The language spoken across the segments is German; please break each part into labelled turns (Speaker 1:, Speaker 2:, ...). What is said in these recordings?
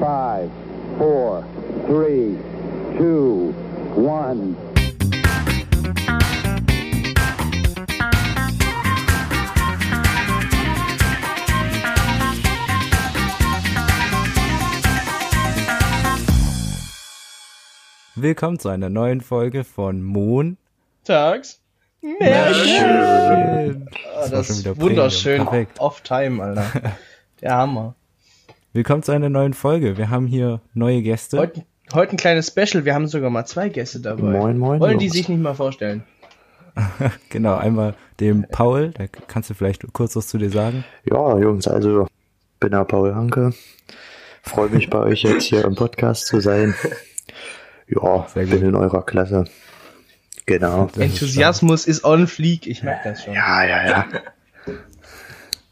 Speaker 1: Five, four, three, two, one.
Speaker 2: Willkommen zu einer neuen Folge von Moon.
Speaker 3: Tags. Märchen. Ah,
Speaker 2: war
Speaker 3: das
Speaker 2: schon wieder
Speaker 3: ist wunderschön.
Speaker 2: Premium. Perfekt.
Speaker 3: Off-Time, Alter. Der Hammer.
Speaker 2: Willkommen zu einer neuen Folge. Wir haben hier neue Gäste.
Speaker 3: Heute, heute ein kleines Special. Wir haben sogar mal zwei Gäste dabei.
Speaker 4: Moin, moin,
Speaker 3: Wollen die
Speaker 4: Jungs.
Speaker 3: sich nicht mal vorstellen?
Speaker 2: Genau, einmal dem Paul, da kannst du vielleicht kurz was zu dir sagen.
Speaker 4: Ja, Jungs, also bin der Paul Hanke. Freue mich bei euch jetzt hier im Podcast zu sein. Ja,
Speaker 2: Sehr gut.
Speaker 4: bin in eurer Klasse. Genau.
Speaker 3: Enthusiasmus ist on fleek. Ich merke das schon.
Speaker 4: Ja, ja, ja.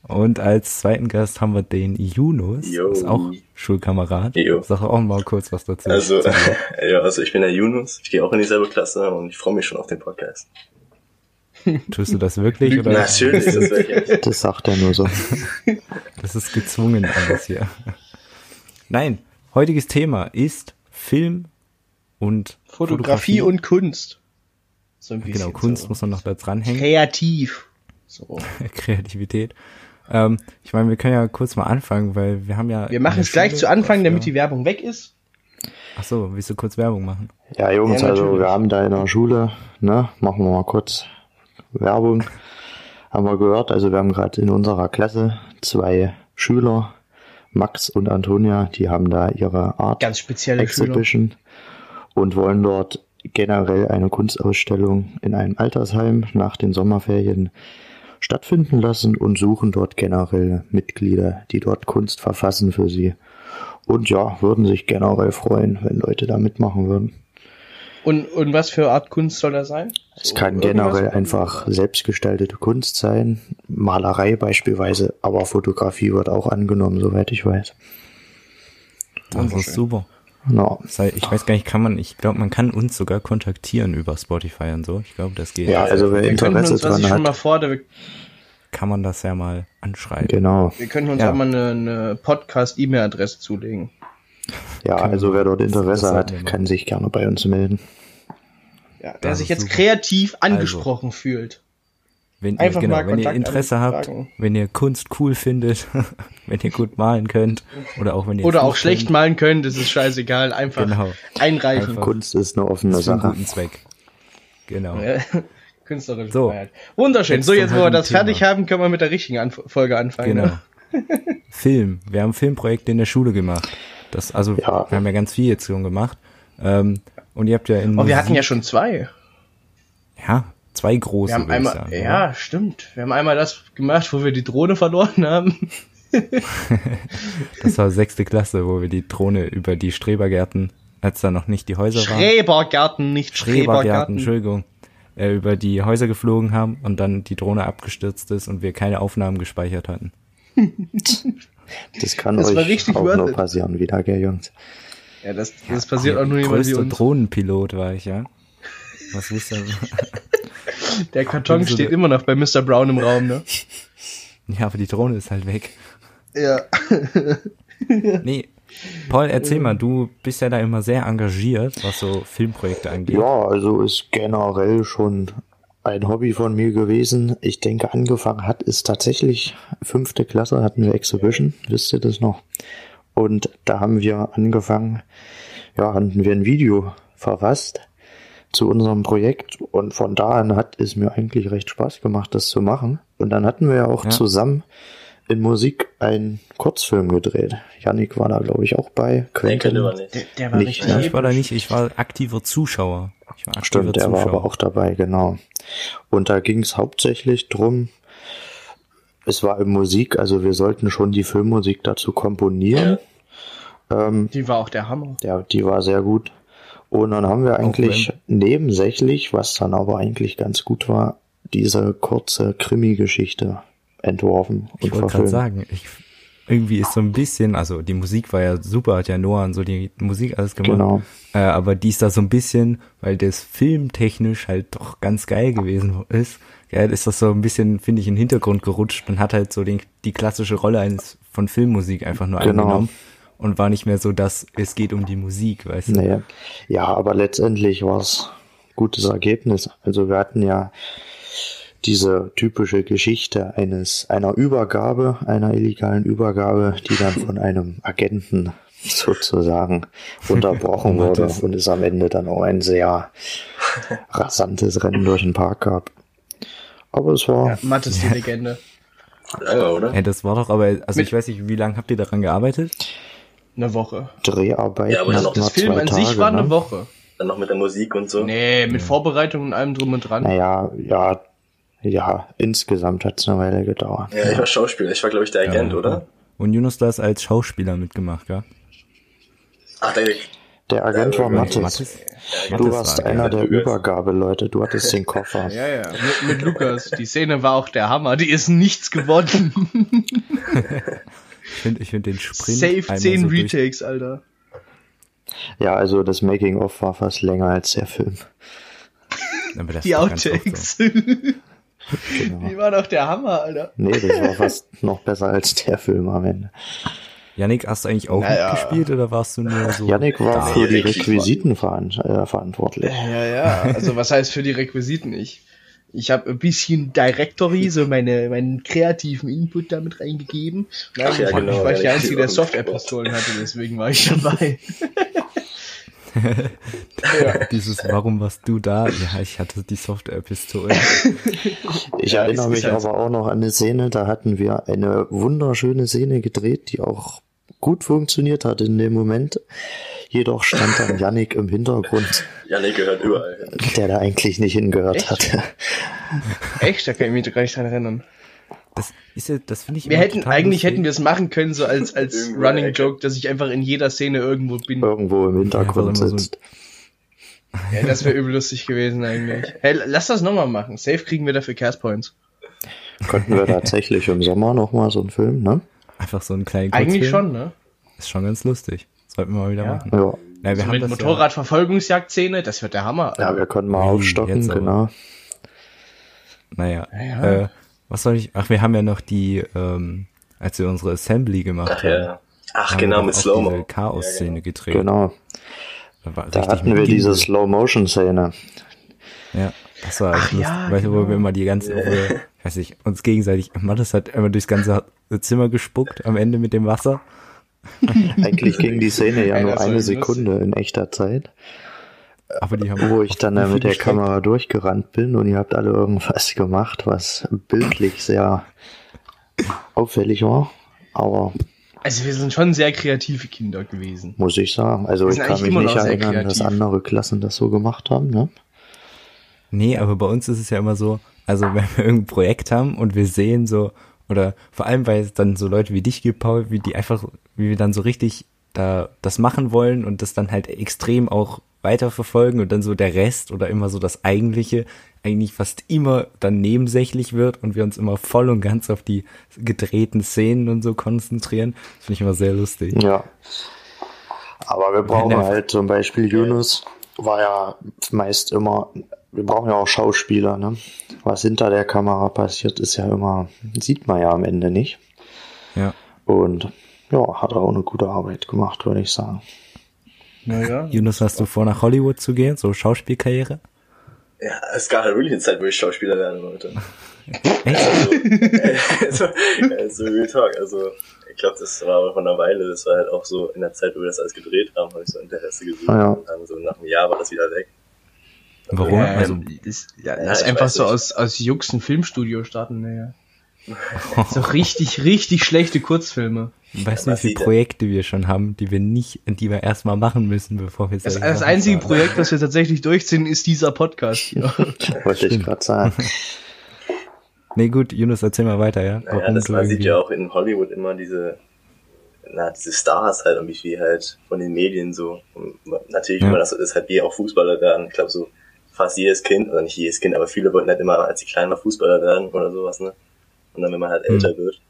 Speaker 2: Und als zweiten Gast haben wir den Yunus,
Speaker 5: Jo.
Speaker 2: ist auch Schulkamerad.
Speaker 5: Jo.
Speaker 2: Sag auch mal kurz was dazu.
Speaker 5: Also, ja, also ich bin der Yunus, ich gehe auch in dieselbe Klasse und ich freue mich schon auf den Podcast.
Speaker 2: Tust du das wirklich oder
Speaker 5: Natürlich, das wäre ich echt.
Speaker 4: Das sagt er nur so.
Speaker 2: das ist gezwungen alles hier? Nein, heutiges Thema ist Film und
Speaker 3: Fotografie, und Kunst. So ein bisschen
Speaker 2: genau Kunst
Speaker 3: so.
Speaker 2: muss man noch da dranhängen.
Speaker 3: Kreativ. So.
Speaker 2: Kreativität. Ähm, ich meine, wir können ja kurz mal anfangen, weil wir haben ja.
Speaker 3: Wir machen es gleich zu Anfang, damit die Werbung weg ist.
Speaker 2: Ach so, willst du kurz Werbung machen?
Speaker 4: Ja, Jungs,
Speaker 3: Ja,
Speaker 4: also
Speaker 3: natürlich.
Speaker 4: wir haben da in der Schule, ne, machen wir mal kurz Werbung. Haben wir gehört, also wir haben gerade in unserer Klasse zwei Schüler, Max und Antonia, die haben da ihre Art
Speaker 3: Ganz spezielle Schüler.
Speaker 4: Exhibition und wollen dort generell eine Kunstausstellung in einem Altersheim nach den Sommerferien stattfinden lassen und suchen dort generell Mitglieder, die dort Kunst verfassen für sie. Und ja, würden sich generell freuen, wenn Leute da mitmachen würden.
Speaker 3: Und, und was für Art Kunst soll das sein?
Speaker 4: Es
Speaker 3: So
Speaker 4: kann
Speaker 3: irgendwas?
Speaker 4: generell einfach selbstgestaltete Kunst sein, Malerei beispielsweise, aber Fotografie wird auch angenommen, soweit ich weiß.
Speaker 2: Das ist super.
Speaker 4: No.
Speaker 2: Sei- Ich weiß gar nicht, kann man, ich glaube, man kann uns sogar kontaktieren über Spotify und so. Ich glaube, das geht.
Speaker 4: Ja, also wer
Speaker 3: Wir könnten
Speaker 4: Interesse
Speaker 3: uns, was
Speaker 4: dran
Speaker 3: ich schon mal
Speaker 4: hat,
Speaker 3: vor, wir
Speaker 2: Kann man das ja mal anschreiben.
Speaker 4: genau.
Speaker 3: Wir könnten uns
Speaker 2: Ja.
Speaker 3: auch mal eine, eine Podcast-E-Mail-Adresse zulegen.
Speaker 4: Ja, also wer dort Interesse
Speaker 2: das
Speaker 4: hat,
Speaker 2: sollten wir machen.
Speaker 4: kann sich gerne bei uns melden.
Speaker 3: Ja, wer
Speaker 2: Das
Speaker 3: sich
Speaker 2: ist
Speaker 3: jetzt
Speaker 2: super.
Speaker 3: kreativ
Speaker 2: Also,
Speaker 3: angesprochen fühlt.
Speaker 2: Wenn ihr,
Speaker 3: Einfach
Speaker 2: genau,
Speaker 3: mal
Speaker 2: wenn ihr
Speaker 3: Kontakt
Speaker 2: Interesse habt,
Speaker 3: anfragen.
Speaker 2: wenn ihr Kunst cool findet, wenn ihr gut malen könnt, oder auch wenn ihr.
Speaker 3: Oder
Speaker 2: es
Speaker 3: auch
Speaker 2: nicht
Speaker 3: schlecht
Speaker 2: könnt,
Speaker 3: malen können, das ist scheißegal. Einfach
Speaker 2: Genau.
Speaker 3: einreichen.
Speaker 2: Einfach
Speaker 4: Kunst ist eine offene
Speaker 2: Das ist für einen
Speaker 4: Sache.
Speaker 2: guten Zweck. Genau.
Speaker 3: Ja. Künstlerische
Speaker 2: So.
Speaker 3: Freiheit. Wunderschön.
Speaker 2: Jetzt
Speaker 3: so,
Speaker 2: zum
Speaker 3: jetzt, wo wir
Speaker 2: heutigen
Speaker 3: das
Speaker 2: Thema.
Speaker 3: fertig haben, können wir mit der richtigen Anf Folge anfangen.
Speaker 2: Genau.
Speaker 3: ne?
Speaker 2: Film. Wir haben Filmprojekte in der Schule gemacht. Das, also,
Speaker 4: Ja.
Speaker 2: wir haben ja ganz viel jetzt schon gemacht. Ähm, und ihr habt ja in.
Speaker 3: Oh, wir hatten ja
Speaker 2: Musik-
Speaker 3: schon zwei.
Speaker 2: Ja, zwei große.
Speaker 3: Wir haben
Speaker 2: würd ich
Speaker 3: einmal,
Speaker 2: sagen,
Speaker 3: ja,
Speaker 2: oder?
Speaker 3: stimmt. Wir haben einmal das gemacht, wo wir die Drohne verloren haben.
Speaker 2: Das war sechste Klasse, wo wir die Drohne über die Strebergärten, als da noch nicht die Häuser waren.
Speaker 3: Schrebergarten, nicht
Speaker 2: Strebergärten,
Speaker 3: Schrebergarten.
Speaker 2: Entschuldigung. Äh, über die Häuser geflogen haben und dann die Drohne abgestürzt ist und wir keine Aufnahmen gespeichert hatten.
Speaker 4: Das kann
Speaker 3: Das war
Speaker 4: euch
Speaker 3: richtig
Speaker 4: auch
Speaker 3: worth
Speaker 4: nur
Speaker 3: it.
Speaker 4: passieren wieder, gell, Jungs?
Speaker 3: Ja, das, das passiert auch nur
Speaker 2: Der
Speaker 3: jemand wie
Speaker 2: größte
Speaker 3: uns.
Speaker 2: Drohnenpilot war ich, ja. Was wisst ihr?
Speaker 3: Der Karton
Speaker 2: Unsere-
Speaker 3: steht immer noch bei Mr. Brown im Raum, ne?
Speaker 2: Ja, aber die Drohne ist halt weg.
Speaker 3: Ja.
Speaker 2: Nee. Paul, erzähl mal, du bist ja da immer sehr engagiert, was so Filmprojekte angeht.
Speaker 4: Ja, also ist generell schon ein Hobby von mir gewesen. Ich denke, angefangen hat es tatsächlich fünfte Klasse, hatten wir Exhibition, wisst ihr das noch? Und da haben wir angefangen, ja, hatten wir ein Video verfasst zu unserem Projekt und von da an hat es mir eigentlich recht Spaß gemacht, das zu machen. Und dann hatten wir ja auch
Speaker 2: Ja.
Speaker 4: zusammen in Musik einen Kurzfilm gedreht. Janik war da, glaube ich, auch bei.
Speaker 5: Denke
Speaker 4: Quentin
Speaker 5: lieber nicht.
Speaker 3: Der, der war
Speaker 4: Nicht,
Speaker 3: richtig.
Speaker 4: ne?
Speaker 2: Ich war da nicht, ich war aktiver Zuschauer. Ich war aktiver
Speaker 4: Stimmt, er
Speaker 2: Zuschauer.
Speaker 4: war aber auch dabei, genau. Und da ging es hauptsächlich drum, es war in Musik, also wir sollten schon die Filmmusik dazu komponieren. Ähm,
Speaker 3: Die war auch der Hammer.
Speaker 4: ja, die war sehr gut. Und dann haben wir eigentlich nebensächlich, was dann aber eigentlich ganz gut war, diese kurze Krimi-Geschichte entworfen
Speaker 2: Ich
Speaker 4: und
Speaker 2: wollte gerade
Speaker 4: verfilmt.
Speaker 2: sagen, ich, irgendwie ist so ein bisschen, also die Musik war ja super, hat ja Noah und so die Musik alles gemacht.
Speaker 4: Genau.
Speaker 2: Äh, aber die ist da so ein bisschen, weil das filmtechnisch halt doch ganz geil gewesen ist, gell, ist das so ein bisschen, finde ich, in den Hintergrund gerutscht und hat halt so den, die klassische Rolle eines von Filmmusik einfach nur
Speaker 4: Genau.
Speaker 2: angenommen. und war nicht mehr so, dass es geht um die Musik, weißt du?
Speaker 4: Naja. Ja, aber letztendlich war es gutes Ergebnis. Also wir hatten ja diese typische Geschichte eines einer Übergabe, einer illegalen Übergabe, die dann von einem Agenten sozusagen unterbrochen wurde und es am Ende dann auch ein sehr rasantes Rennen durch den Park gab. Aber es
Speaker 2: Oh.
Speaker 4: war
Speaker 3: Mathe ist die Legende.
Speaker 5: Lange, oder?
Speaker 2: Ja, das war doch aber, also
Speaker 3: Mit-
Speaker 2: ich weiß nicht, wie lange habt ihr daran gearbeitet?
Speaker 3: Eine Woche.
Speaker 4: Dreharbeiten.
Speaker 5: Ja, aber dann auch
Speaker 4: hatten
Speaker 5: das
Speaker 4: wir
Speaker 3: Film
Speaker 4: zwei
Speaker 3: an sich
Speaker 4: Tage,
Speaker 3: war eine
Speaker 4: ne?
Speaker 3: Woche.
Speaker 5: Dann noch mit der Musik und so.
Speaker 3: Nee, mit Vorbereitung und allem drum und dran.
Speaker 4: Naja, ja, ja, insgesamt hat es eine Weile gedauert.
Speaker 5: Ja, ich war Schauspieler. Ich war, glaube ich, der Agent, oder?
Speaker 2: Und Jonas da ist als Schauspieler mitgemacht, ja?
Speaker 5: Ach, der,
Speaker 4: Der Agent war Mattes. Du
Speaker 2: Mattes
Speaker 4: warst
Speaker 2: Äh, war
Speaker 4: einer
Speaker 5: Agent.
Speaker 4: der Übergabeleute, du hattest den Koffer.
Speaker 3: Ja, ja. Mit, mit Lukas. Die Szene war auch der Hammer. Die ist nichts geworden.
Speaker 2: Ich finde ich find den Sprint.
Speaker 3: Safe
Speaker 2: einmal
Speaker 3: 10
Speaker 2: so durch-
Speaker 3: Retakes, Alter.
Speaker 4: Ja, also das Making-of war fast länger als der Film.
Speaker 2: Aber das
Speaker 3: Die
Speaker 2: ist doch ganz oft
Speaker 3: Outtakes.
Speaker 4: Genau.
Speaker 3: Die waren doch der Hammer, Alter.
Speaker 4: Nee, das war fast noch besser als der Film am Ende.
Speaker 2: So. Yannick, hast du eigentlich auch
Speaker 3: Naja.
Speaker 2: mitgespielt oder warst du nur so?
Speaker 4: Yannick war
Speaker 2: da?
Speaker 4: für die
Speaker 5: Yannick
Speaker 4: Requisiten veran äh, verantwortlich.
Speaker 3: Ja, ja. Also was heißt für die Requisiten? Ich, ich habe ein bisschen Directory, so meine, meinen kreativen Input damit reingegeben. Nein,
Speaker 5: Ach ja,
Speaker 3: ich,
Speaker 5: genau,
Speaker 3: ich war
Speaker 5: ja,
Speaker 3: nicht der
Speaker 5: ich-
Speaker 3: Einzige, der Software-Pistolen hatte, deswegen war ich dabei.
Speaker 2: Dieses, warum warst du da? Ja, ich hatte die Software-Pistole.
Speaker 4: Ich
Speaker 3: Ja,
Speaker 4: erinnere
Speaker 3: ist-
Speaker 4: mich
Speaker 3: ist halt
Speaker 4: aber auch noch an eine Szene, da hatten wir eine wunderschöne Szene gedreht, die auch gut funktioniert hat in dem Moment. Jedoch stand dann Yannick im Hintergrund,
Speaker 5: Ja, nee, gehört überall hin.
Speaker 4: der da eigentlich nicht hingehört
Speaker 3: Echt?
Speaker 4: hatte.
Speaker 3: Echt? Da kann ich mich doch gar nicht dran erinnern.
Speaker 2: Das ist ja, das finde ich
Speaker 3: Wir
Speaker 2: immer
Speaker 3: hätten,
Speaker 2: total
Speaker 3: eigentlich
Speaker 2: lustig.
Speaker 3: hätten wir es machen können, so als, als
Speaker 5: Irgendwo in
Speaker 3: Running
Speaker 5: der Ecke. Oh.
Speaker 3: Joke, dass ich einfach in jeder Szene irgendwo bin.
Speaker 4: Irgendwo im Hintergrund
Speaker 2: Ja, war immer so ein-
Speaker 4: sitzt.
Speaker 3: Ja, das wäre übel lustig gewesen eigentlich. Hey, lass das nochmal machen. Safe kriegen wir dafür Castpoints.
Speaker 4: Könnten wir tatsächlich im Sommer nochmal so einen Film, ne?
Speaker 2: Einfach so einen kleinen
Speaker 3: Eigentlich
Speaker 2: Kurzfilm.
Speaker 3: schon, ne?
Speaker 2: Ist schon ganz lustig. Sollten wir mal wieder
Speaker 3: Ja.
Speaker 2: machen.
Speaker 4: Ja.
Speaker 2: Na, wir
Speaker 3: So mit
Speaker 2: das
Speaker 3: Motorradverfolgungsjagd-Szene, das wird der Hammer.
Speaker 4: Ja, wir können mal
Speaker 2: Ui,
Speaker 4: aufstocken,
Speaker 2: Hm, jetzt aber.
Speaker 4: genau.
Speaker 2: Ja, naja.
Speaker 3: Ja.
Speaker 2: Äh, was soll ich? Ach, wir haben ja noch die, ähm, als wir unsere Assembly gemacht
Speaker 5: Ach,
Speaker 2: haben.
Speaker 5: ja. Ach,
Speaker 2: haben
Speaker 5: genau,
Speaker 2: wir
Speaker 5: mit
Speaker 2: auch
Speaker 5: Slow-Mo.
Speaker 2: diese Chaos-Szene gedreht.
Speaker 4: Genau.
Speaker 2: Da, war
Speaker 4: Da
Speaker 2: richtig
Speaker 4: hatten
Speaker 2: mit
Speaker 4: wir
Speaker 2: Giebel.
Speaker 4: diese Slow-Motion-Szene.
Speaker 2: Ja, das war echt
Speaker 3: Ach
Speaker 2: lustig.
Speaker 3: ja,
Speaker 2: weißt du, wo
Speaker 3: genau.
Speaker 2: wir immer die ganzen, wo wir, weiß ich, uns gegenseitig, Mattes hat immer durchs ganze Zimmer gespuckt, am Ende mit dem Wasser.
Speaker 4: Eigentlich ging die Szene ja
Speaker 3: Ey,
Speaker 4: nur
Speaker 3: das war
Speaker 4: eine
Speaker 3: lustig.
Speaker 4: Sekunde in echter Zeit,
Speaker 2: Aber die haben
Speaker 4: wo ich dann
Speaker 2: auch
Speaker 4: äh, mit der
Speaker 2: gestreckt.
Speaker 4: Kamera durchgerannt bin und ihr habt alle irgendwas gemacht, was bildlich sehr auffällig war. Aber
Speaker 3: Also wir sind schon sehr kreative Kinder gewesen.
Speaker 4: muss ich sagen, also
Speaker 3: Wir
Speaker 4: ich
Speaker 3: sind
Speaker 4: kann
Speaker 3: eigentlich
Speaker 4: mich
Speaker 3: immer
Speaker 4: nicht
Speaker 3: noch sehr
Speaker 4: erinnern, dass
Speaker 3: kreativ.
Speaker 4: andere Klassen das so gemacht haben, ne?
Speaker 2: Nee, aber bei uns ist es ja immer so, also wenn wir irgendein Projekt haben und wir sehen so, oder vor allem, weil es dann so Leute wie dich gibt, Paul, wie die einfach, wie wir dann so richtig da das machen wollen und das dann halt extrem auch weiterverfolgen und dann so der Rest oder immer so das Eigentliche eigentlich fast immer dann nebensächlich wird und wir uns immer voll und ganz auf die gedrehten Szenen und so konzentrieren. Das finde ich immer sehr lustig.
Speaker 4: Ja. Aber wir brauchen
Speaker 2: Ja.
Speaker 4: halt zum Beispiel Yunus, war ja meist immer, wir brauchen ja auch Schauspieler, ne? Was hinter der Kamera passiert, ist ja immer, sieht man ja am Ende nicht.
Speaker 2: Ja.
Speaker 4: Und ja, hat er auch eine gute Arbeit gemacht, würde ich sagen.
Speaker 3: Naja.
Speaker 2: Jonas, hast du vor, nach Hollywood zu gehen, so Schauspielkarriere?
Speaker 5: Ja, es gab halt wirklich eine Zeit, wo ich Schauspieler werden wollte.
Speaker 2: Echt?
Speaker 5: Also, also, also Real Talk. Also, ich glaube, das war aber von einer Weile. Das war halt auch so in der Zeit, wo wir das alles gedreht haben, habe ich so Interesse gesucht.
Speaker 4: Ah, ja.
Speaker 5: Und dann so nach einem Jahr war das wieder weg.
Speaker 2: Warum?
Speaker 3: Ja,
Speaker 2: also,
Speaker 3: ähm, das, ja,
Speaker 5: Ja,
Speaker 3: das ist
Speaker 5: ich
Speaker 3: einfach
Speaker 5: weiß
Speaker 3: so
Speaker 5: nicht.
Speaker 3: aus, aus Jux ein Filmstudio starten, naja. So richtig, richtig schlechte Kurzfilme.
Speaker 2: Weißt du, wie
Speaker 5: Was
Speaker 2: viele
Speaker 5: sie denn-
Speaker 2: Projekte wir schon haben, die wir nicht, die wir erstmal machen müssen, bevor wir es
Speaker 3: Das,
Speaker 2: selber
Speaker 3: das
Speaker 2: machen
Speaker 3: einzige
Speaker 2: sollen?
Speaker 3: Projekt, das wir tatsächlich durchziehen, ist dieser Podcast hier.
Speaker 4: Wollte ich gerade sagen.
Speaker 2: Nee, gut, Jonas, erzähl mal weiter, ja?
Speaker 5: Naja, das,
Speaker 2: du
Speaker 5: man sieht
Speaker 2: irgendwie-
Speaker 5: ja auch in Hollywood immer diese, na, diese Stars halt und wie viel halt von den Medien so. Und natürlich,
Speaker 2: Ja.
Speaker 5: wenn man das so ist, halt wir auch Fußballer werden. Ich glaube, so fast jedes Kind, oder nicht jedes Kind, aber viele wollten halt immer, als sie klein war, Fußballer werden oder sowas, ne? Und dann, wenn man halt älter wird,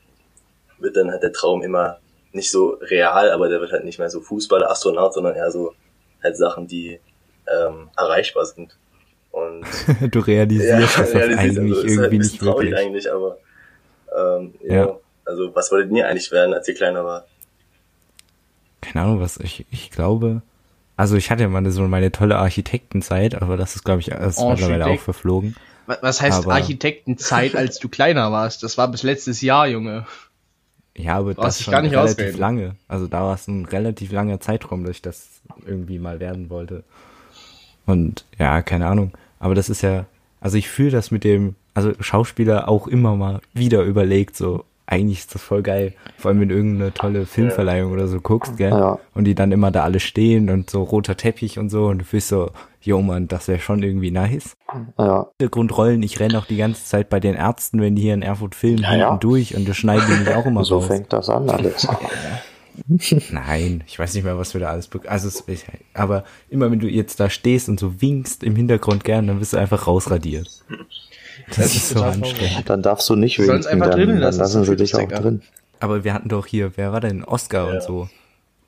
Speaker 5: wird dann halt der Traum immer nicht so real, aber der wird halt nicht mehr so Fußballer, Astronaut, sondern eher so halt Sachen, die ähm, erreichbar sind. Und
Speaker 2: du realisierst, dass das
Speaker 5: realisiert,
Speaker 2: eigentlich
Speaker 5: also, ist halt
Speaker 2: irgendwie
Speaker 5: ein bisschen
Speaker 2: nicht wirklich.
Speaker 5: Traurig eigentlich, aber ähm, ja.
Speaker 2: Ja.
Speaker 5: Also was wolltet ihr eigentlich werden, als ihr kleiner war?
Speaker 2: keine Ahnung was, ich, ich glaube, also ich hatte ja mal so meine tolle Architektenzeit, aber das ist, glaube ich, das ist mittlerweile auch
Speaker 3: Architekt.
Speaker 2: verflogen.
Speaker 3: Wa- Was heißt
Speaker 2: Aber-
Speaker 3: Architektenzeit, als du kleiner warst? Das war bis letztes Jahr, Junge.
Speaker 2: Ja, aber
Speaker 3: Brauchst
Speaker 2: das
Speaker 3: dich
Speaker 2: schon
Speaker 3: gar nicht
Speaker 2: relativ
Speaker 3: ausreden.
Speaker 2: lange. Also da war es ein relativ langer Zeitraum, dass ich das irgendwie mal werden wollte. Und ja, keine Ahnung. Aber das ist ja, also ich fühle das mit dem, also Schauspieler auch immer mal wieder überlegt, so eigentlich ist das voll geil. Vor allem wenn du irgendeine tolle Filmverleihung oder so guckst, gell?
Speaker 4: Ja.
Speaker 2: Und die dann immer da alle stehen und so roter Teppich und so und du fühlst so, jo Mann, das wäre schon irgendwie nice.
Speaker 4: Ja,
Speaker 2: Hintergrundrollen, ich renne auch die ganze Zeit bei den Ärzten, wenn die hier in Erfurt filmen,
Speaker 4: Ja, ja.
Speaker 2: hinten durch und das schneiden die mich auch immer
Speaker 4: so
Speaker 2: raus.
Speaker 4: fängt das an alles.
Speaker 2: Nein, ich weiß nicht mehr, was wir da alles. Be also, es, ich, aber immer wenn du jetzt da stehst und so winkst im Hintergrund gern, dann bist du einfach rausradiert. Das, ist so
Speaker 3: total
Speaker 2: anstrengend.
Speaker 4: Dann darfst du nicht
Speaker 3: Die sollen's
Speaker 4: winken,
Speaker 3: einfach
Speaker 4: dann,
Speaker 3: drinnen
Speaker 4: dann
Speaker 3: lassen,
Speaker 4: lassen
Speaker 3: das
Speaker 4: sie
Speaker 3: ist
Speaker 4: dich auch
Speaker 3: lustiger.
Speaker 4: drin.
Speaker 2: Aber wir hatten doch hier, wer war denn? Oscar und so.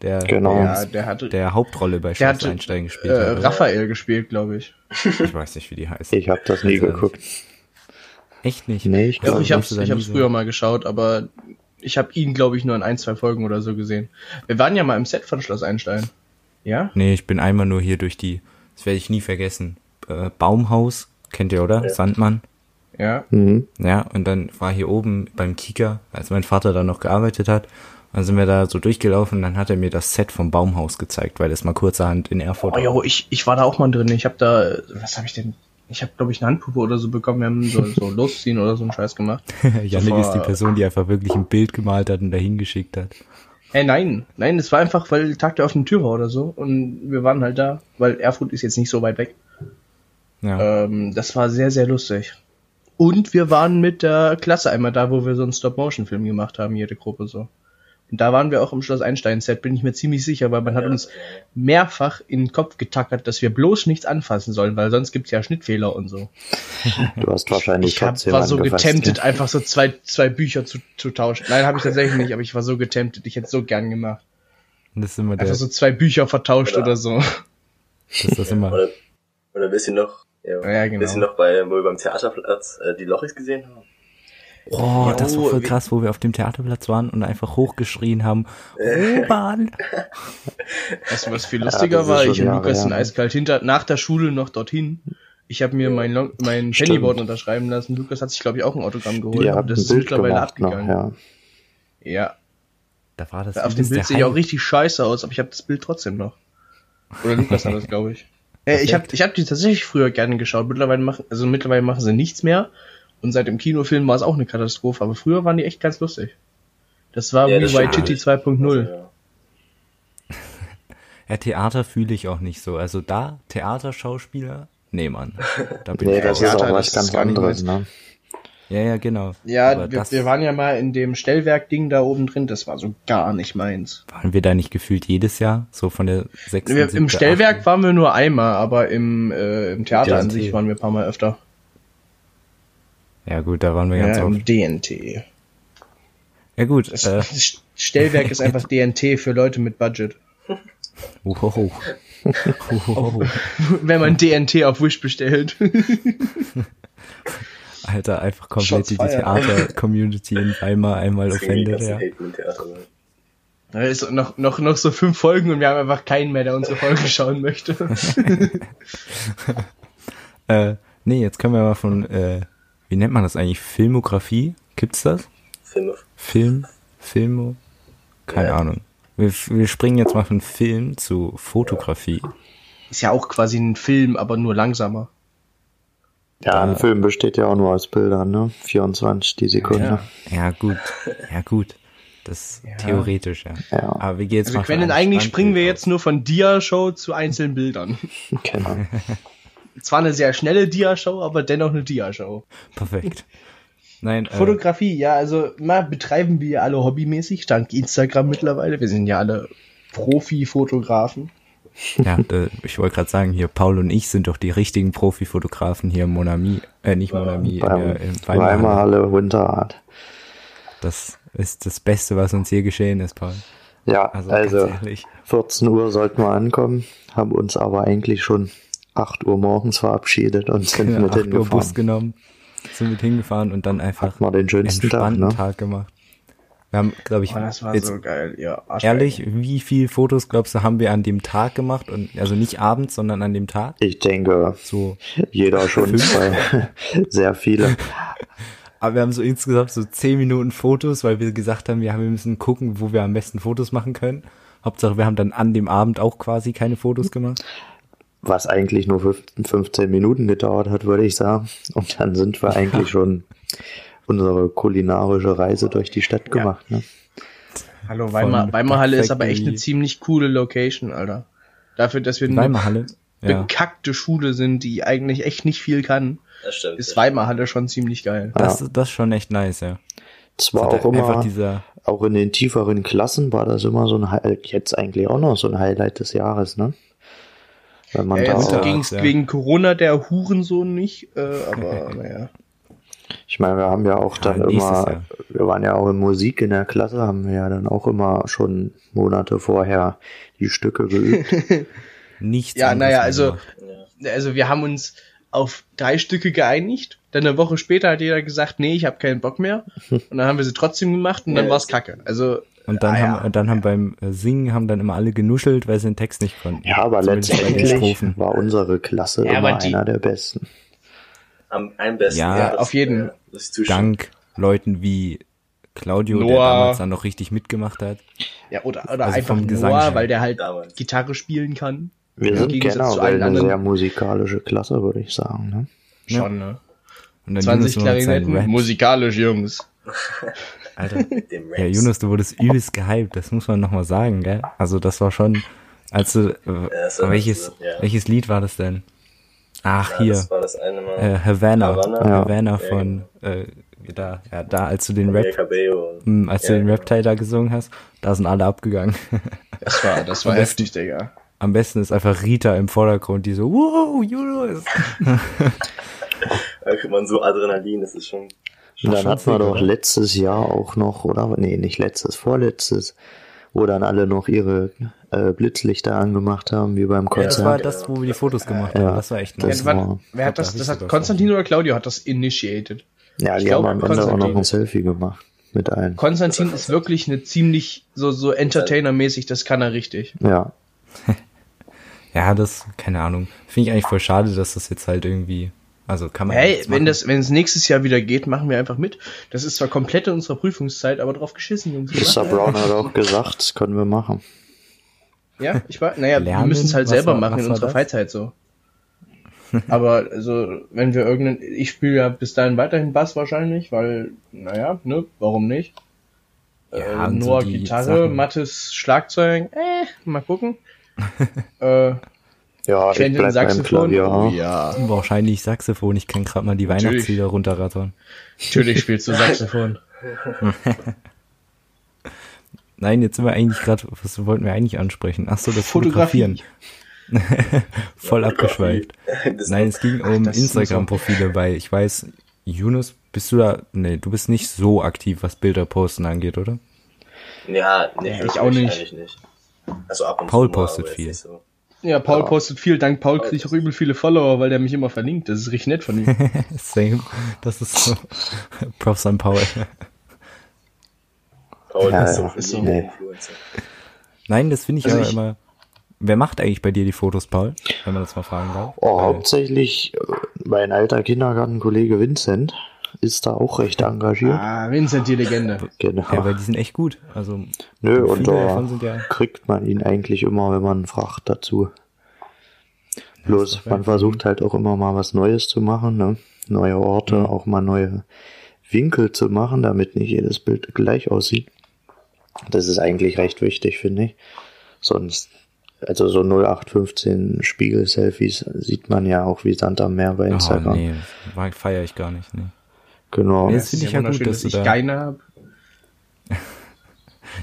Speaker 2: Der,
Speaker 4: Genau.
Speaker 3: Ja, der hat, der
Speaker 2: der Hauptrolle bei
Speaker 3: hat
Speaker 2: Schwarz
Speaker 3: äh,
Speaker 2: Einsteigen gespielt hat. oder?
Speaker 3: Raphael gespielt, glaube ich.
Speaker 2: Ich weiß nicht, wie die heißt.
Speaker 4: Ich habe das nie
Speaker 2: Also,
Speaker 4: geguckt.
Speaker 2: Echt nicht?
Speaker 4: Nee, ich
Speaker 3: Doch,
Speaker 4: glaube,
Speaker 3: Also ich hab's,
Speaker 2: hast du da
Speaker 3: ich
Speaker 2: nie
Speaker 3: hab's
Speaker 2: so-
Speaker 3: früher mal geschaut, aber ich habe ihn, glaube ich, nur in ein, zwei Folgen oder so gesehen. Wir waren ja mal im Set von Schloss Einstein. Ja?
Speaker 2: Nee, ich bin einmal nur hier durch die, das werde ich nie vergessen. Äh, Baumhaus, kennt ihr, oder? Sandmann.
Speaker 3: Ja.
Speaker 4: Mhm.
Speaker 2: Ja, und dann war hier oben beim Kika, als mein Vater da noch gearbeitet hat, dann sind wir da so durchgelaufen und dann hat er mir das Set vom Baumhaus gezeigt, weil das mal kurzerhand in Erfurt
Speaker 3: Oh, jo, ich, ich war da auch mal drin. Ich habe da, äh, was habe ich denn? Ich habe, glaube ich, eine Handpuppe oder so bekommen. Wir haben so, so losziehen oder so einen Scheiß gemacht.
Speaker 2: Janik ist die
Speaker 3: war-
Speaker 2: Person, die einfach wirklich ein Bild gemalt hat und dahin geschickt hat.
Speaker 3: Ey, nein, nein, es war einfach, weil Tag der offenen Tür war oder so. Und wir waren halt da, weil Erfurt ist jetzt nicht so weit weg.
Speaker 2: Ja,
Speaker 3: Ähm, das war sehr, sehr lustig. Und wir waren mit der Klasse einmal da, wo wir so einen Stop-Motion-Film gemacht haben, jede Gruppe so. Und da waren wir auch im Schloss Einstein-Set, bin ich mir ziemlich sicher, weil man hat uns mehrfach in den Kopf getackert, dass wir bloß nichts anfassen sollen, weil sonst gibt's ja Schnittfehler und so.
Speaker 4: Du hast wahrscheinlich
Speaker 3: Ich hab,
Speaker 4: trotzdem
Speaker 3: war so
Speaker 4: angefasst,
Speaker 3: getemptet,
Speaker 4: ne?
Speaker 3: einfach so zwei, zwei Bücher zu, zu tauschen. Nein, habe ich tatsächlich nicht, aber ich war so getemptet, ich hätte so gern gemacht.
Speaker 2: und das ist immer der,
Speaker 3: Einfach so
Speaker 2: das
Speaker 3: zwei Bücher vertauscht
Speaker 5: Oder-
Speaker 3: oder so.
Speaker 2: ist das immer.
Speaker 5: Oder, oder wisst ihr noch, ja,
Speaker 3: Ja, genau.
Speaker 5: wisst ihr noch, bei, wo wir beim Theaterplatz äh, die Lochis gesehen haben?
Speaker 2: Oh, das war
Speaker 3: Oh,
Speaker 2: voll
Speaker 3: wie-
Speaker 2: krass, wo wir auf dem Theaterplatz waren und einfach hochgeschrien haben, "Oh, U-Bahn!
Speaker 3: Weißt du, was viel
Speaker 4: Ja,
Speaker 3: lustiger
Speaker 4: das ist
Speaker 3: war?
Speaker 4: schon
Speaker 3: Ich und
Speaker 4: Jahre
Speaker 3: Lukas
Speaker 4: her,
Speaker 3: sind
Speaker 4: ne?
Speaker 3: eiskalt hinter, nach der Schule noch dorthin. Ich habe mir mein, Long, mein
Speaker 4: Stimmt.
Speaker 3: Pennyboard unterschreiben lassen. Lukas hat sich, glaube ich, auch ein Autogramm geholt.
Speaker 4: Ihr
Speaker 3: aber
Speaker 4: habt
Speaker 3: das
Speaker 4: ein
Speaker 3: ist
Speaker 4: Bild
Speaker 3: mittlerweile
Speaker 4: gemacht noch,
Speaker 3: abgegangen.
Speaker 4: ja.
Speaker 3: ja.
Speaker 2: Da war das
Speaker 3: auf dem
Speaker 2: übelst
Speaker 3: Bild
Speaker 2: der
Speaker 3: sehe ich auch
Speaker 2: Hype.
Speaker 3: richtig scheiße aus, aber ich habe das Bild trotzdem noch. Oder Lukas hat das, glaube ich. Äh, ich habe ich hab die tatsächlich früher gerne geschaut. Mittlerweile machen, also mittlerweile machen sie nichts mehr. Und seit dem Kinofilm war es auch eine Katastrophe. Aber früher waren die echt ganz lustig. Das war
Speaker 5: Ja,
Speaker 3: wie
Speaker 5: das
Speaker 3: bei
Speaker 5: stimmt.
Speaker 3: Titty 2.0.
Speaker 5: Also, Ja.
Speaker 2: Ja, Theater fühle ich auch nicht so. Also da, Theaterschauspieler, nee, Mann. Da bin
Speaker 4: Nee,
Speaker 2: ich
Speaker 4: das
Speaker 2: raus.
Speaker 4: ist
Speaker 3: Theater, das
Speaker 4: auch was
Speaker 3: ist
Speaker 4: ganz
Speaker 3: gar nicht
Speaker 4: anderes, ne?
Speaker 2: Ja, ja, genau.
Speaker 3: Ja,
Speaker 2: Aber
Speaker 3: wir,
Speaker 2: das-
Speaker 3: wir waren ja mal in dem Stellwerk-Ding da oben drin. Das war so gar nicht meins.
Speaker 2: Waren wir da nicht gefühlt jedes Jahr? So von der sechsten,
Speaker 3: Wir,
Speaker 2: siebten,
Speaker 3: Im Stellwerk
Speaker 2: achten?
Speaker 3: waren wir nur einmal, aber im, äh, im Theater an
Speaker 2: DNT.
Speaker 3: sich waren wir ein paar Mal öfter.
Speaker 2: Ja, gut, da waren wir ganz
Speaker 3: Ja, im
Speaker 2: oft.
Speaker 3: DNT.
Speaker 2: Ja, gut.
Speaker 3: Das,
Speaker 2: Äh,
Speaker 3: das Stellwerk ist einfach DNT für Leute mit Budget.
Speaker 2: wow.
Speaker 3: Oh.
Speaker 2: wow.
Speaker 3: Wenn man DNT auf Wish bestellt.
Speaker 2: Alter, einfach
Speaker 3: Shots
Speaker 2: komplett die
Speaker 3: fired.
Speaker 2: Theater-Community in Weimar einmal
Speaker 5: Deswegen die
Speaker 2: offended.
Speaker 5: ganzen
Speaker 2: Ja.
Speaker 5: Hate im Theater. ne?
Speaker 3: Da ist noch, noch, noch so fünf Folgen und wir haben einfach keinen mehr, der unsere Folge schauen möchte.
Speaker 2: Äh, nee, jetzt können wir mal von, äh, wie nennt man das eigentlich? Filmografie? Gibt's das?
Speaker 5: Filme.
Speaker 2: Film? Filmo? Keine
Speaker 5: Ja.
Speaker 2: Ahnung. Wir, wir springen jetzt mal von Film zu Fotografie.
Speaker 3: Ist ja auch quasi ein Film, aber nur langsamer.
Speaker 4: Ja, ein Film besteht ja auch nur aus Bildern, ne? 24 die Sekunde.
Speaker 2: Ja, gut. Ja, gut. Das theoretisch, ja.
Speaker 4: Ja.
Speaker 2: Aber wir gehen jetzt
Speaker 3: Also
Speaker 2: mal von
Speaker 3: Quentin,
Speaker 2: einem
Speaker 3: eigentlich
Speaker 2: Standbild
Speaker 3: springen wir
Speaker 2: aus.
Speaker 3: jetzt nur von Dia-Show zu einzelnen Bildern.
Speaker 4: Genau.
Speaker 3: Zwar eine sehr schnelle Dia-Show, aber dennoch eine Dia-Show.
Speaker 2: Perfekt. Nein, äh,
Speaker 3: Fotografie, ja, also mal betreiben wir ja alle hobbymäßig, dank Instagram mittlerweile. Wir sind ja alle Profi-Fotografen.
Speaker 2: ja, äh, ich wollte gerade sagen, hier Paul und ich sind doch die richtigen Profifotografen hier im Monami, äh, nicht Monami, in
Speaker 4: Beim
Speaker 2: der- in
Speaker 4: Weimar
Speaker 2: Weimar.
Speaker 4: Halle Winterart.
Speaker 2: Das ist das Beste, was uns hier geschehen ist, Paul.
Speaker 4: Ja,
Speaker 2: Also,
Speaker 4: also,
Speaker 2: ganz ehrlich.
Speaker 4: 14 Uhr sollten wir ankommen, haben uns aber eigentlich schon 8 Uhr morgens verabschiedet und sind mit
Speaker 2: 8 Uhr Bus
Speaker 4: hingefahren.
Speaker 2: genommen, sind mit hingefahren und dann einfach
Speaker 4: Hat man den schönsten Tag,
Speaker 2: entspannten
Speaker 4: ne?
Speaker 2: gemacht. Wir haben, glaube ich,
Speaker 3: Oh, das war
Speaker 2: jetzt
Speaker 3: so geil, ja. Arschgeil.
Speaker 2: ehrlich, wie viel Fotos, glaubst du, haben wir an dem Tag gemacht? Und also nicht abends, sondern an dem Tag?
Speaker 4: Ich denke,
Speaker 2: So.
Speaker 4: jeder schon zwei. Sehr viele.
Speaker 2: Aber wir haben so insgesamt so 10 Minuten Fotos, weil wir gesagt haben, wir, haben, wir müssen gucken, wo wir am besten Fotos machen können. Hauptsache, wir haben dann an dem Abend auch quasi keine Fotos gemacht.
Speaker 4: Was eigentlich nur 15 15 Minuten gedauert hat, würde ich sagen. Und dann sind wir eigentlich schon unsere kulinarische Reise durch die Stadt gemacht. Ne?
Speaker 3: Hallo, Weimar,
Speaker 2: von
Speaker 3: Weimarhalle ist aber echt
Speaker 2: Factory.
Speaker 3: eine ziemlich coole Location, Alter. Dafür, dass wir eine
Speaker 2: Weimarhalle. Ja.
Speaker 3: bekackte Schule sind, die eigentlich echt nicht viel kann,
Speaker 5: Das stimmt.
Speaker 3: ist Weimarhalle schon ziemlich geil.
Speaker 2: Das, das ist schon echt nice, ja.
Speaker 4: Zwar
Speaker 2: Das hat
Speaker 4: auch immer,
Speaker 2: Einfach dieser,
Speaker 4: auch in den tieferen Klassen war das immer so ein Highlight, jetzt eigentlich auch noch so ein Highlight des Jahres, ne? Wenn man
Speaker 3: Ja,
Speaker 4: da
Speaker 3: jetzt
Speaker 2: Winter-
Speaker 4: auch,
Speaker 3: also ging's
Speaker 2: ja.
Speaker 3: wegen Corona der Hurensohn nicht, äh, aber naja.
Speaker 4: ich meine, wir haben ja auch dann
Speaker 2: nächstes
Speaker 4: immer,
Speaker 2: Jahr.
Speaker 4: wir waren ja auch in Musik in der Klasse, haben wir ja dann auch immer schon Monate vorher die Stücke geübt.
Speaker 2: nichts.
Speaker 3: Ja,
Speaker 2: anderes
Speaker 3: naja,
Speaker 2: mehr
Speaker 3: also,
Speaker 2: gemacht.
Speaker 3: also wir haben uns auf drei Stücke geeinigt, dann eine Woche später hat jeder gesagt, nee, ich habe keinen Bock mehr und dann haben wir sie trotzdem gemacht und dann
Speaker 5: Ja,
Speaker 3: war's
Speaker 5: ist-
Speaker 3: kacke. Also
Speaker 2: Und dann
Speaker 3: ah,
Speaker 2: haben,
Speaker 3: ja.
Speaker 2: dann haben beim äh, Singen haben dann immer alle genuschelt, weil sie den Text nicht konnten.
Speaker 4: ja, aber
Speaker 2: Zumindest bei den
Speaker 4: letztendlich
Speaker 2: Strophen.
Speaker 4: war unsere Klasse
Speaker 3: Ja, aber
Speaker 4: immer
Speaker 3: die-
Speaker 4: einer der besten.
Speaker 5: Am, am besten.
Speaker 2: Ja,
Speaker 5: das,
Speaker 3: auf jeden.
Speaker 5: äh, Das ist zu schön.
Speaker 2: Dank Leuten wie Claudio, der
Speaker 3: Noah.
Speaker 2: damals dann noch richtig mitgemacht hat.
Speaker 3: ja, oder, oder
Speaker 2: Also
Speaker 3: einfach
Speaker 2: vom Gesang
Speaker 3: Noah,
Speaker 2: her.
Speaker 3: weil der halt
Speaker 5: Damals.
Speaker 3: Gitarre spielen kann.
Speaker 4: Wir
Speaker 3: Im
Speaker 4: sind genau
Speaker 3: Gegensatz zu allen
Speaker 4: generell eine
Speaker 3: anderen.
Speaker 4: sehr musikalische Klasse, würde ich sagen. Ne?
Speaker 3: Schon, ne?
Speaker 2: Und dann Jonas
Speaker 3: 20
Speaker 2: nur mit seinen
Speaker 3: Klarinetten,
Speaker 2: Raps.
Speaker 3: musikalisch, Jungs.
Speaker 2: Alter.
Speaker 5: Mit dem Raps.
Speaker 2: Ja, Jonas, du wurdest
Speaker 5: Oh.
Speaker 2: übelst gehypt, das muss man nochmal sagen, gell? Also das war schon, als du, äh,
Speaker 5: das war-
Speaker 2: welches,
Speaker 5: ja.
Speaker 2: welches Lied war das denn? Ach,
Speaker 5: Ja,
Speaker 2: hier,
Speaker 5: Das war das eine Mal.
Speaker 2: äh, Havana,
Speaker 5: Havana?
Speaker 2: Havana,
Speaker 5: Ja. genau.
Speaker 2: von, äh, da, ja, da, als du den
Speaker 5: Maria
Speaker 2: Rap,
Speaker 5: Cabello. und-
Speaker 2: mh, als
Speaker 5: Ja,
Speaker 2: du den
Speaker 5: genau.
Speaker 2: Rap-Teil da gesungen hast, da sind alle abgegangen.
Speaker 3: Das war, das war heftig, Digga.
Speaker 2: Am besten ist einfach Rita im Vordergrund, die so, wow, Jonas!
Speaker 5: Da kriegt man so Adrenalin, das ist schon.
Speaker 4: Und dann
Speaker 2: schon
Speaker 4: hatten wir
Speaker 2: sick,
Speaker 4: doch
Speaker 2: oder?
Speaker 4: letztes Jahr auch noch, oder? Nee, nicht letztes, vorletztes, wo dann alle noch ihre äh, Blitzlichter angemacht haben, wie beim
Speaker 2: Das war
Speaker 4: Konzert.
Speaker 2: das, wo wir die Fotos gemacht haben,
Speaker 4: Ja.
Speaker 2: das war echt
Speaker 4: Das
Speaker 2: nice.
Speaker 3: Ja,
Speaker 4: war-
Speaker 3: warte, wer
Speaker 2: glaub,
Speaker 3: hat
Speaker 2: da
Speaker 3: das,
Speaker 2: hab ich
Speaker 3: das hat
Speaker 2: sogar
Speaker 3: Konstantin oder Claudio hat das initiated.
Speaker 4: ja,
Speaker 3: ich
Speaker 4: die
Speaker 3: glaub,
Speaker 4: haben am Ende auch noch
Speaker 3: Konstantin-
Speaker 4: ein Selfie gemacht mit allen.
Speaker 3: Konstantin ist wirklich eine ziemlich so, so Entertainer-mäßig, das kann er richtig.
Speaker 4: Ja,
Speaker 2: Ja, das, keine Ahnung, finde ich eigentlich voll schade, dass das jetzt halt irgendwie, also kann man ja
Speaker 3: Hey,
Speaker 2: nichts
Speaker 3: wenn
Speaker 2: machen.
Speaker 3: das, wenn es nächstes Jahr wieder geht, machen wir einfach mit. Das ist zwar komplett in unserer Prüfungszeit, aber drauf geschissen, Jungs. Wir
Speaker 4: Mr.
Speaker 3: machen-
Speaker 4: Brown hat auch gesagt, das können wir machen.
Speaker 3: Ja, ich war, naja, wir
Speaker 2: Lernen?
Speaker 3: müssen es halt
Speaker 2: Was
Speaker 3: selber
Speaker 2: war-
Speaker 3: machen
Speaker 2: was
Speaker 3: in
Speaker 2: war
Speaker 3: unserer
Speaker 2: das?
Speaker 3: Freizeit so. Aber also, wenn wir irgendeinen, ich spiele ja bis dahin weiterhin Bass wahrscheinlich, weil, naja, ne, warum nicht?
Speaker 2: Ja,
Speaker 3: äh,
Speaker 2: und so
Speaker 3: Noah
Speaker 2: die
Speaker 3: Gitarre,
Speaker 2: Sachen.
Speaker 3: Mattes Schlagzeug, äh, mal gucken. äh,
Speaker 4: Ja, ich
Speaker 3: Quentin
Speaker 4: bleib beim
Speaker 3: Saxophon.
Speaker 4: Klavier.
Speaker 3: Oh, ja,
Speaker 2: Wahrscheinlich Saxophon. Ich kann gerade mal die
Speaker 3: Natürlich.
Speaker 2: Weihnachtslieder runterrattern.
Speaker 3: natürlich spielst du Saxophon.
Speaker 2: Nein, jetzt sind wir eigentlich gerade, was wollten wir eigentlich ansprechen? Ach so, das Fotografieren. Voll abgeschweift.
Speaker 5: Das-
Speaker 2: Nein, es ging um
Speaker 3: das ist so.
Speaker 2: Instagram-Profile, weil ich weiß, Yunus, bist du da, nee, du bist nicht so aktiv, was Bilder posten angeht, oder?
Speaker 5: Ja, nee,
Speaker 3: Ja, ich auch nicht.
Speaker 5: eigentlich nicht. Also ab und
Speaker 2: Paul
Speaker 5: zu mal,
Speaker 2: postet
Speaker 5: aber jetzt
Speaker 2: viel.
Speaker 5: nicht So.
Speaker 3: Ja, Paul postet viel. Dank Paul kriege ich auch übel viele Follower, weil der mich immer verlinkt. Das ist richtig nett von ihm.
Speaker 2: Same. Das ist so. Props an Paul.
Speaker 5: Paul
Speaker 4: Ja,
Speaker 5: ist
Speaker 4: ja.
Speaker 5: so für
Speaker 4: Ist so.
Speaker 5: mich der
Speaker 4: Nee.
Speaker 5: Influencer.
Speaker 2: Nein, das finde ich
Speaker 3: Also
Speaker 2: aber
Speaker 3: ich-
Speaker 2: immer. Wer macht eigentlich bei dir die Fotos, Paul? Wenn man das mal fragen darf.
Speaker 4: Oh,
Speaker 2: Weil-
Speaker 4: hauptsächlich äh, mein alter Kindergartenkollege Vincent ist da auch recht engagiert.
Speaker 3: ah, Vincent, die Legende.
Speaker 4: Genau.
Speaker 2: ja, weil die sind echt gut. Also,
Speaker 4: Nö, und
Speaker 2: viele
Speaker 4: da
Speaker 2: davon sind ja
Speaker 4: kriegt man ihn eigentlich immer, wenn man fragt dazu. Bloß, man versucht halt auch immer mal was Neues zu machen, ne? neue Orte, auch mal neue Winkel zu machen, damit nicht jedes Bild gleich aussieht. Das ist eigentlich recht wichtig, finde ich. Sonst, also so 0815 Spiegel-Selfies sieht man ja auch wie Sand am Meer bei Instagram.
Speaker 2: Oh, nee, mag- feier ich gar nicht. Nee.
Speaker 4: Genau.
Speaker 2: Nee,
Speaker 3: Das
Speaker 2: finde
Speaker 3: ist
Speaker 2: ich ja gut,
Speaker 3: wunderschön,
Speaker 2: dass
Speaker 3: dass
Speaker 2: du
Speaker 3: ich
Speaker 2: da-
Speaker 3: keine habe.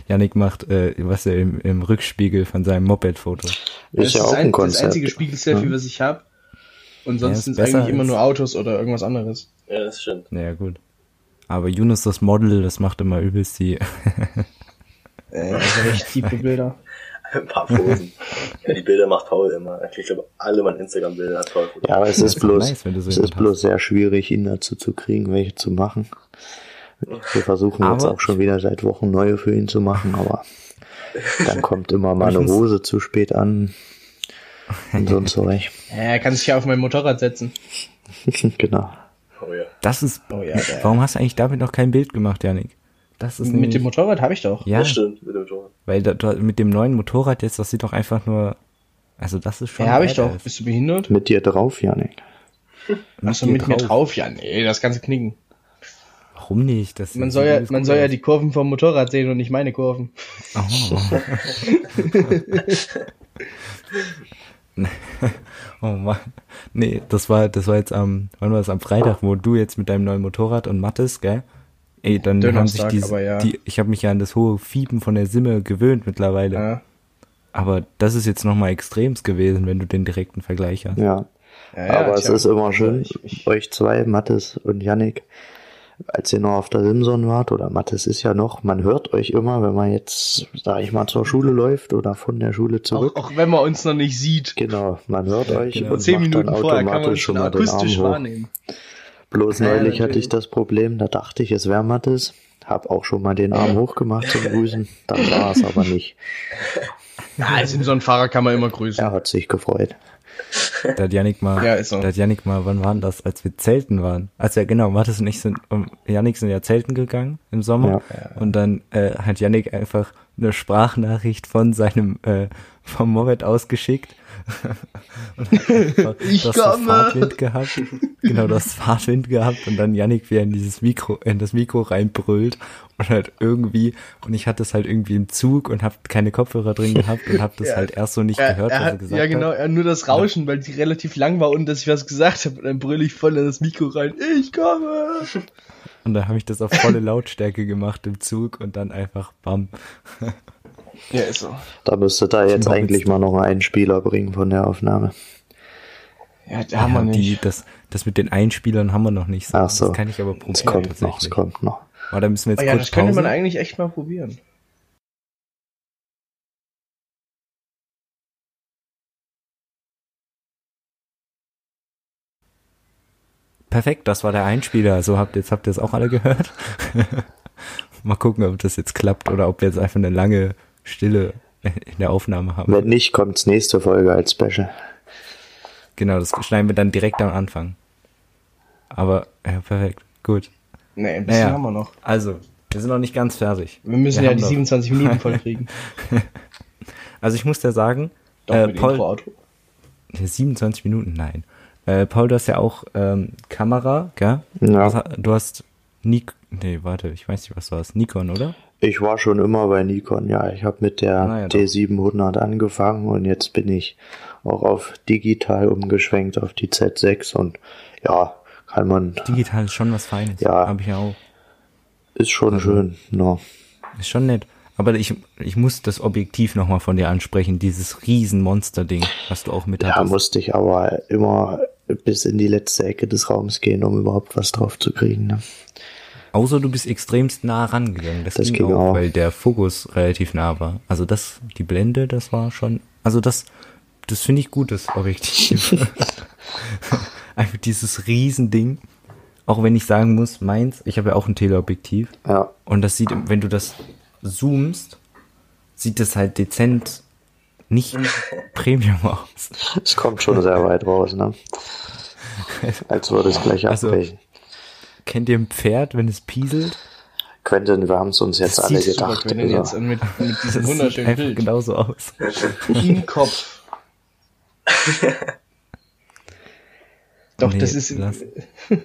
Speaker 2: Yannick macht, äh, was er im, im Rückspiegel von seinem Moped-Foto.
Speaker 4: ist
Speaker 3: das
Speaker 4: ja auch
Speaker 3: ein-
Speaker 4: ein
Speaker 3: Das
Speaker 4: Konzept. ne?
Speaker 3: einzige Spiegel-Selfie, was ich habe. Und sonst
Speaker 2: ist
Speaker 3: sind es
Speaker 2: besser
Speaker 3: eigentlich immer
Speaker 2: als-
Speaker 3: nur Autos oder irgendwas anderes.
Speaker 5: Ja, das stimmt.
Speaker 2: Naja, gut. Aber Yunus, das Model, das macht immer übelst die.
Speaker 3: Äh, also recht tiefe Bilder.
Speaker 5: Ein paar Posen. ja, die Bilder macht Paul immer. Ich glaube, alle meine Instagram-Bilder hat Paul fotografiert.
Speaker 4: Ja, aber es
Speaker 2: Das
Speaker 4: ist
Speaker 2: ist
Speaker 4: bloß,
Speaker 2: nice, wenn du so
Speaker 4: es
Speaker 2: jemanden
Speaker 4: ist bloß sehr schwierig, ihn dazu zu kriegen, welche zu machen. Wir versuchen jetzt
Speaker 2: Aber-
Speaker 4: auch schon wieder seit Wochen neue für ihn zu machen, aber dann kommt immer mal eine
Speaker 2: Ich muss-
Speaker 4: Hose zu spät an und so ein Zeug.
Speaker 3: Ja, er kann sich ja auf mein Motorrad setzen.
Speaker 4: genau.
Speaker 5: Oh ja.
Speaker 2: Das ist.
Speaker 3: Oh ja, der-
Speaker 2: warum hast du eigentlich damit noch kein Bild gemacht, Janik? Das ist
Speaker 3: Mit dem
Speaker 2: Motorrad.
Speaker 3: Motorrad habe ich doch.
Speaker 2: Ja,
Speaker 5: Das stimmt, mit dem Tor.
Speaker 2: weil da, da, mit dem neuen Motorrad jetzt, das sieht doch einfach nur. Also das ist schon.
Speaker 3: Ja, habe ich doch.
Speaker 2: badass.
Speaker 3: Bist du behindert?
Speaker 4: Mit dir drauf, Janik.
Speaker 3: Achso,
Speaker 2: dir
Speaker 3: mit mir
Speaker 2: drauf.
Speaker 3: drauf. Ja, nee, das ganze Knicken.
Speaker 2: Warum nicht? Das
Speaker 3: Man
Speaker 2: sieht
Speaker 3: soll ja,
Speaker 2: übelst
Speaker 3: man
Speaker 2: gut
Speaker 3: soll ja
Speaker 2: aus.
Speaker 3: die Kurven vom Motorrad sehen und nicht meine Kurven.
Speaker 2: Oh Mann. Nee, das war, das war jetzt am, wann war das am Freitag, wo du jetzt mit deinem neuen Motorrad und Mattes, gell? Ey, dann
Speaker 3: Donnerstag,
Speaker 2: haben sich
Speaker 3: aber
Speaker 2: die,
Speaker 3: ja.
Speaker 2: die ich habe mich ja an das hohe Fiepen von der Simme gewöhnt mittlerweile.
Speaker 3: Ja.
Speaker 2: Aber das ist jetzt nochmal extremes gewesen, wenn du den direkten Vergleich hast.
Speaker 4: Ja.
Speaker 3: Ja, ja,
Speaker 4: Aber
Speaker 3: ich
Speaker 4: es
Speaker 3: hab-
Speaker 4: ist immer schön,
Speaker 3: Ich, ich,
Speaker 4: euch zwei, Mattes und Yannick, als ihr noch auf der Simson wart, oder Mattes ist ja noch, man hört euch immer, wenn man jetzt, sag ich mal, zur Schule läuft oder von der Schule zurück.
Speaker 3: auch, auch wenn man uns noch nicht sieht.
Speaker 4: Genau, man hört euch
Speaker 2: Genau.
Speaker 4: und
Speaker 3: Zehn
Speaker 4: macht
Speaker 3: Minuten
Speaker 4: dann
Speaker 3: vorher kann man
Speaker 4: automatisch
Speaker 3: uns
Speaker 4: schon
Speaker 3: schon
Speaker 4: mal den Arm
Speaker 3: akustisch
Speaker 4: hoch.
Speaker 3: wahrnehmen.
Speaker 4: Bloß
Speaker 3: Ja,
Speaker 4: neulich hatte
Speaker 3: natürlich.
Speaker 4: ich das Problem, da dachte ich, es wäre Mattes, hab auch schon mal den Arm hochgemacht zum Grüßen, dann war es aber nicht.
Speaker 3: Na, als Simson-Fahrer kann man immer grüßen.
Speaker 4: Er hat sich gefreut.
Speaker 2: Da hat Janik mal,
Speaker 3: Ja, ist so.
Speaker 2: da hat Janik mal, wann waren das, als wir zelten waren? Als wir, genau, Mathis und ich sind, und Janik sind ja zelten gegangen im Sommer. Und dann äh, hat Janik einfach eine Sprachnachricht von seinem, äh, vom Moped ausgeschickt. und hat einfach
Speaker 3: Ich
Speaker 2: du hast so
Speaker 3: komme.
Speaker 2: Fahrtwind gehabt. Genau, das Fahrtwind gehabt und dann Janik wieder in dieses Mikro, in das Mikro reinbrüllt und halt irgendwie, und ich hatte es halt irgendwie im Zug und habe keine Kopfhörer drin gehabt und habe das
Speaker 3: Ja.
Speaker 2: halt erst so nicht
Speaker 3: Er,
Speaker 2: gehört,
Speaker 3: er
Speaker 2: was er
Speaker 3: hat,
Speaker 2: gesagt
Speaker 3: ja,
Speaker 2: hat.
Speaker 3: genau, er hat nur das Rauschen, weil die relativ lang war und dass ich was gesagt habe. Und dann brüll ich voll in das Mikro rein. Ich komme!
Speaker 2: Und dann habe ich das auf volle Lautstärke gemacht im Zug und dann einfach bam.
Speaker 3: Ja, ist so.
Speaker 4: Da müsste da jetzt
Speaker 2: Moritz.
Speaker 4: eigentlich mal noch einen Spieler bringen von der Aufnahme.
Speaker 3: Ja, da haben wir
Speaker 2: Ja, die,
Speaker 3: nicht.
Speaker 2: das, das mit den Einspielern haben wir noch nicht.
Speaker 4: Ach so.
Speaker 2: Das kann ich aber probieren.
Speaker 4: Es kommt noch, es
Speaker 2: tatsächlich.
Speaker 4: kommt noch.
Speaker 2: Aber da müssen wir jetzt
Speaker 3: Oh ja,
Speaker 2: kurz
Speaker 3: das könnte man
Speaker 2: Pause.
Speaker 3: eigentlich echt mal probieren.
Speaker 2: Perfekt, das war der Einspieler. So habt jetzt habt ihr es auch alle gehört. Mal gucken, ob das jetzt klappt oder ob wir jetzt einfach eine lange Stille in der Aufnahme haben.
Speaker 4: Wenn nicht, kommt's nächste Folge als Special.
Speaker 2: Genau, das schneiden wir dann direkt am Anfang. Aber ja, perfekt, gut.
Speaker 3: Nee, ein bisschen
Speaker 2: Naja,
Speaker 3: haben wir noch.
Speaker 2: also wir sind noch nicht ganz fertig.
Speaker 3: Wir müssen ja
Speaker 2: haben
Speaker 3: die
Speaker 2: noch-
Speaker 3: 27 Minuten vollkriegen.
Speaker 2: Also ich muss dir sagen,
Speaker 3: Doch,
Speaker 2: äh,
Speaker 3: mit
Speaker 2: Paul,
Speaker 3: Intro, Outro.
Speaker 2: Ja, 27 Minuten, nein. Äh, Paul, du hast ja auch ähm, Kamera, gell?
Speaker 4: Ja.
Speaker 2: Was ha- Du hast Nik. Nee, warte, ich weiß nicht, was du hast. Nikon, oder?
Speaker 4: Ich war schon immer bei Nikon, ja. Ich habe mit der
Speaker 2: Ah, ja, doch.
Speaker 4: D700 angefangen und jetzt bin ich auch auf digital umgeschwenkt auf die Z6 und ja, kann man,
Speaker 2: Digital ist schon was Feines.
Speaker 4: Ja.
Speaker 2: Hab ich ja auch.
Speaker 4: ist schon
Speaker 2: Mhm.
Speaker 4: schön. ne? No.
Speaker 2: Ist schon nett. Aber ich, ich muss das Objektiv nochmal von dir ansprechen, dieses Riesenmonster-Ding, was du auch mit
Speaker 4: Da
Speaker 2: hattest.
Speaker 4: musste ich aber immer bis in die letzte Ecke des Raums gehen, um überhaupt was drauf zu kriegen. Ne?
Speaker 2: Außer du bist extremst nah rangegangen. Das,
Speaker 4: Das
Speaker 2: ging,
Speaker 4: ging
Speaker 2: auch,
Speaker 4: auch.
Speaker 2: weil der Fokus relativ nah war. Also das, die Blende, das war schon. Also das, das finde ich gut, das Objektiv. Einfach dieses Riesending. Auch wenn ich sagen muss, meins, ich habe ja auch ein Teleobjektiv.
Speaker 4: Ja,
Speaker 2: Und das sieht, wenn du das zoomst, sieht das halt dezent nicht Premium aus.
Speaker 4: es kommt schon sehr weit raus, ne? Als würde es gleich
Speaker 2: Also-
Speaker 4: abbrechen.
Speaker 2: Kennt ihr ein Pferd, wenn es pieselt?
Speaker 4: Quentin, wir haben es uns jetzt
Speaker 2: Das
Speaker 4: alle
Speaker 2: sieht
Speaker 3: Super,
Speaker 4: gedacht.
Speaker 3: wir nehmen jetzt
Speaker 4: Also,
Speaker 3: mit, mit
Speaker 2: Das
Speaker 3: diesem
Speaker 2: sieht
Speaker 3: wunderschönen
Speaker 2: einfach
Speaker 3: Bild.
Speaker 2: genauso aus.
Speaker 3: Im Kopf. Doch,
Speaker 2: Nee,
Speaker 3: das ist.
Speaker 2: lass-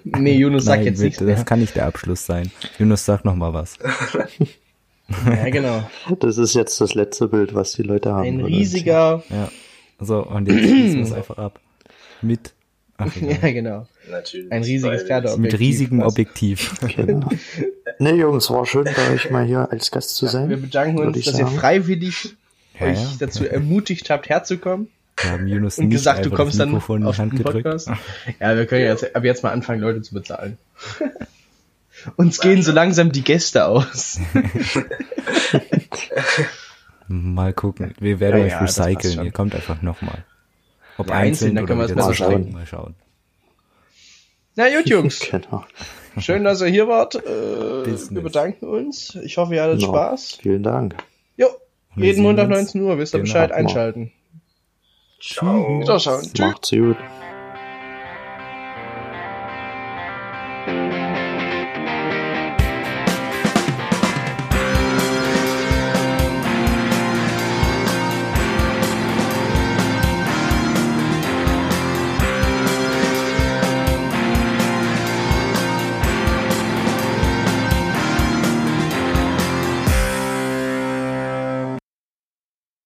Speaker 3: Nee, Jonas sagt
Speaker 2: Nein,
Speaker 3: jetzt nichts
Speaker 2: bitte,
Speaker 3: mehr.
Speaker 2: Das kann nicht der Abschluss sein. Jonas, sag noch mal was.
Speaker 3: Ja, genau.
Speaker 4: das ist jetzt das letzte Bild, was die Leute haben.
Speaker 3: Ein
Speaker 4: von uns.
Speaker 3: riesiger.
Speaker 2: Ja. So, und jetzt schließen wir es einfach ab. Mit, ach, egal.
Speaker 3: Ja, genau.
Speaker 5: Natürlich.
Speaker 3: Ein riesiges
Speaker 5: Weil-
Speaker 3: Pferdeobjekt.
Speaker 2: mit riesigem
Speaker 3: was-
Speaker 2: Objektiv.
Speaker 4: Genau. Ne, Jungs, war schön, bei euch mal hier als Gast zu sein.
Speaker 3: Wir bedanken
Speaker 4: würde
Speaker 3: uns,
Speaker 4: ich
Speaker 3: dass ihr
Speaker 4: sagen.
Speaker 3: freiwillig
Speaker 2: Ja,
Speaker 3: euch
Speaker 2: ja.
Speaker 3: dazu ermutigt habt, herzukommen
Speaker 2: Wir haben Jonas
Speaker 3: und
Speaker 2: nicht
Speaker 3: gesagt, du
Speaker 2: einfach
Speaker 3: kommst
Speaker 2: das
Speaker 3: dann
Speaker 2: Mikrofon in die
Speaker 3: auf
Speaker 2: Hand
Speaker 3: den
Speaker 2: gedrückt.
Speaker 3: Podcast. Ja, wir können jetzt, ab jetzt mal anfangen, Leute zu bezahlen. Uns gehen so langsam die Gäste aus.
Speaker 2: Mal gucken. Wir werden
Speaker 3: Ja,
Speaker 2: euch
Speaker 3: ja, das passt
Speaker 2: recyceln.
Speaker 3: schon.
Speaker 2: Ihr kommt einfach nochmal. Ob
Speaker 3: Ja,
Speaker 2: einzeln,
Speaker 3: einzeln, da
Speaker 2: oder
Speaker 3: können wir
Speaker 2: mit
Speaker 3: es
Speaker 2: der
Speaker 4: besser
Speaker 2: Zuschauer-
Speaker 4: schauen.
Speaker 2: Mal schauen.
Speaker 3: Na gut, Jungs.
Speaker 4: Genau.
Speaker 3: Schön, dass ihr hier wart. Äh, wir
Speaker 2: Business.
Speaker 3: bedanken uns. Ich hoffe, ihr hattet
Speaker 4: Genau.
Speaker 3: Spaß.
Speaker 4: Vielen Dank.
Speaker 3: Jo,
Speaker 2: Und wir
Speaker 3: jeden
Speaker 2: sehen
Speaker 3: Montag
Speaker 2: uns Genau.
Speaker 3: 19 Uhr. Wisst ihr
Speaker 2: den
Speaker 3: Bescheid,
Speaker 4: Abend.
Speaker 3: einschalten.
Speaker 5: Ciao.
Speaker 3: Wiederschauen. Tschüss.
Speaker 4: Macht's gut.